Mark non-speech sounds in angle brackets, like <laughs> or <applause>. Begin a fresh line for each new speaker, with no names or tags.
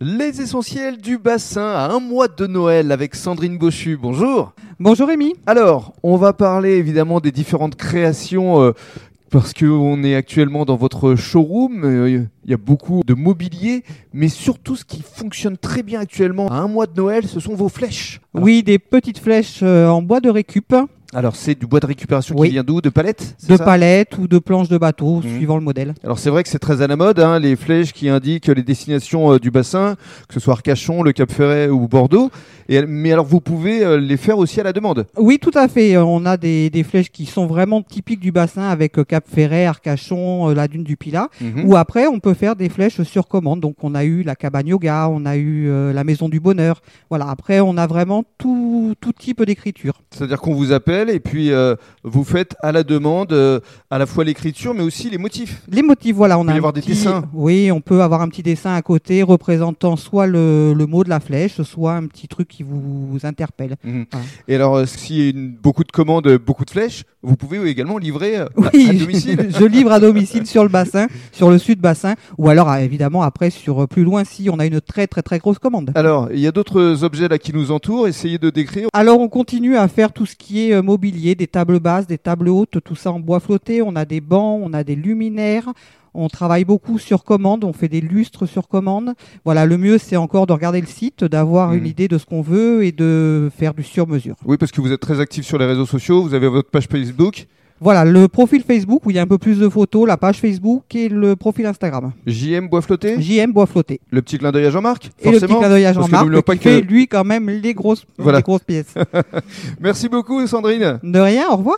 Les essentiels du bassin à un mois de Noël avec Sandrine Boschu. Bonjour.
Bonjour Rémi.
Alors, on va parler évidemment des différentes créations euh, parce qu'on est actuellement dans votre showroom. euh, Il y a beaucoup de mobilier, mais surtout ce qui fonctionne très bien actuellement à un mois de Noël, ce sont vos flèches. Alors,
Oui, des petites flèches euh, en bois de récup,
Alors, c'est du bois de récupération
Oui.
qui vient d'où De palettes c'est
de
ça
palettes ou de planches de bateau,
Mhm.
suivant le modèle.
Alors c'est vrai que c'est très à la mode, hein, les flèches qui indiquent les destinations euh, du bassin, que ce soit Arcachon, le Cap Ferret ou Bordeaux. Et, elle- mais alors vous pouvez euh, les faire aussi à la demande.
Oui, tout à fait. Euh, On a des, des flèches qui sont vraiment typiques du bassin avec euh, Cap Ferret, Arcachon, euh, la dune du Pilat.
Mhm.
Ou après, on peut faire des flèches sur commande. Donc, on a eu la cabane yoga, on a eu euh, la maison du bonheur. Voilà. Après, on a vraiment tout, tout type d'écriture.
C'est-à-dire qu'on vous appelle et puis euh, vous faites à la demande euh, à la fois l'écriture mais aussi les motifs.
Les motifs, voilà, on
peut
a
y
un
avoir des
petit-
dessins.
Oui, on peut avoir un petit dessin à côté représentant soit le, le mot de la flèche, soit un petit truc qui vous interpelle.
Et alors euh, s'il y a une- beaucoup de commandes, euh, beaucoup de flèches, vous pouvez également livrer euh, à-
Oui,
à, domicile.
<laughs> je livre à domicile sur le bassin, sur le sud bassin, ou alors ah, évidemment après sur euh, plus loin si on a une très très très grosse commande.
Alors, il y a d'autres euh, objets là qui nous entourent, essayez de décrire.
Alors on continue à faire tout ce qui est euh, mobilier, des tables basses, des tables hautes, tout ça en bois flotté. On a des bancs, on a des luminaires. On travaille beaucoup sur commande, on fait des lustres sur commande. Voilà, le mieux c'est encore de regarder le site, d'avoir
Mhm.
une idée de ce qu'on veut et de faire du sur-mesure.
Oui, parce que vous êtes très actif sur les réseaux sociaux, vous avez votre page Facebook,
Voilà, le profil Facebook où il y a un peu plus de photos, la page Facebook et le profil Instagram.
JM Bois Flotté.
JM Bois Flotté.
Le petit clin d'œil à Jean-Marc,
Et le petit
forcément.
clin d'œil à
parce que
Jean-Marc
n'oublions
qui
pas
fait
que-
lui quand même les grosses,
Voilà.
les grosses pièces.
Merci beaucoup, Sandrine.
De rien, au revoir.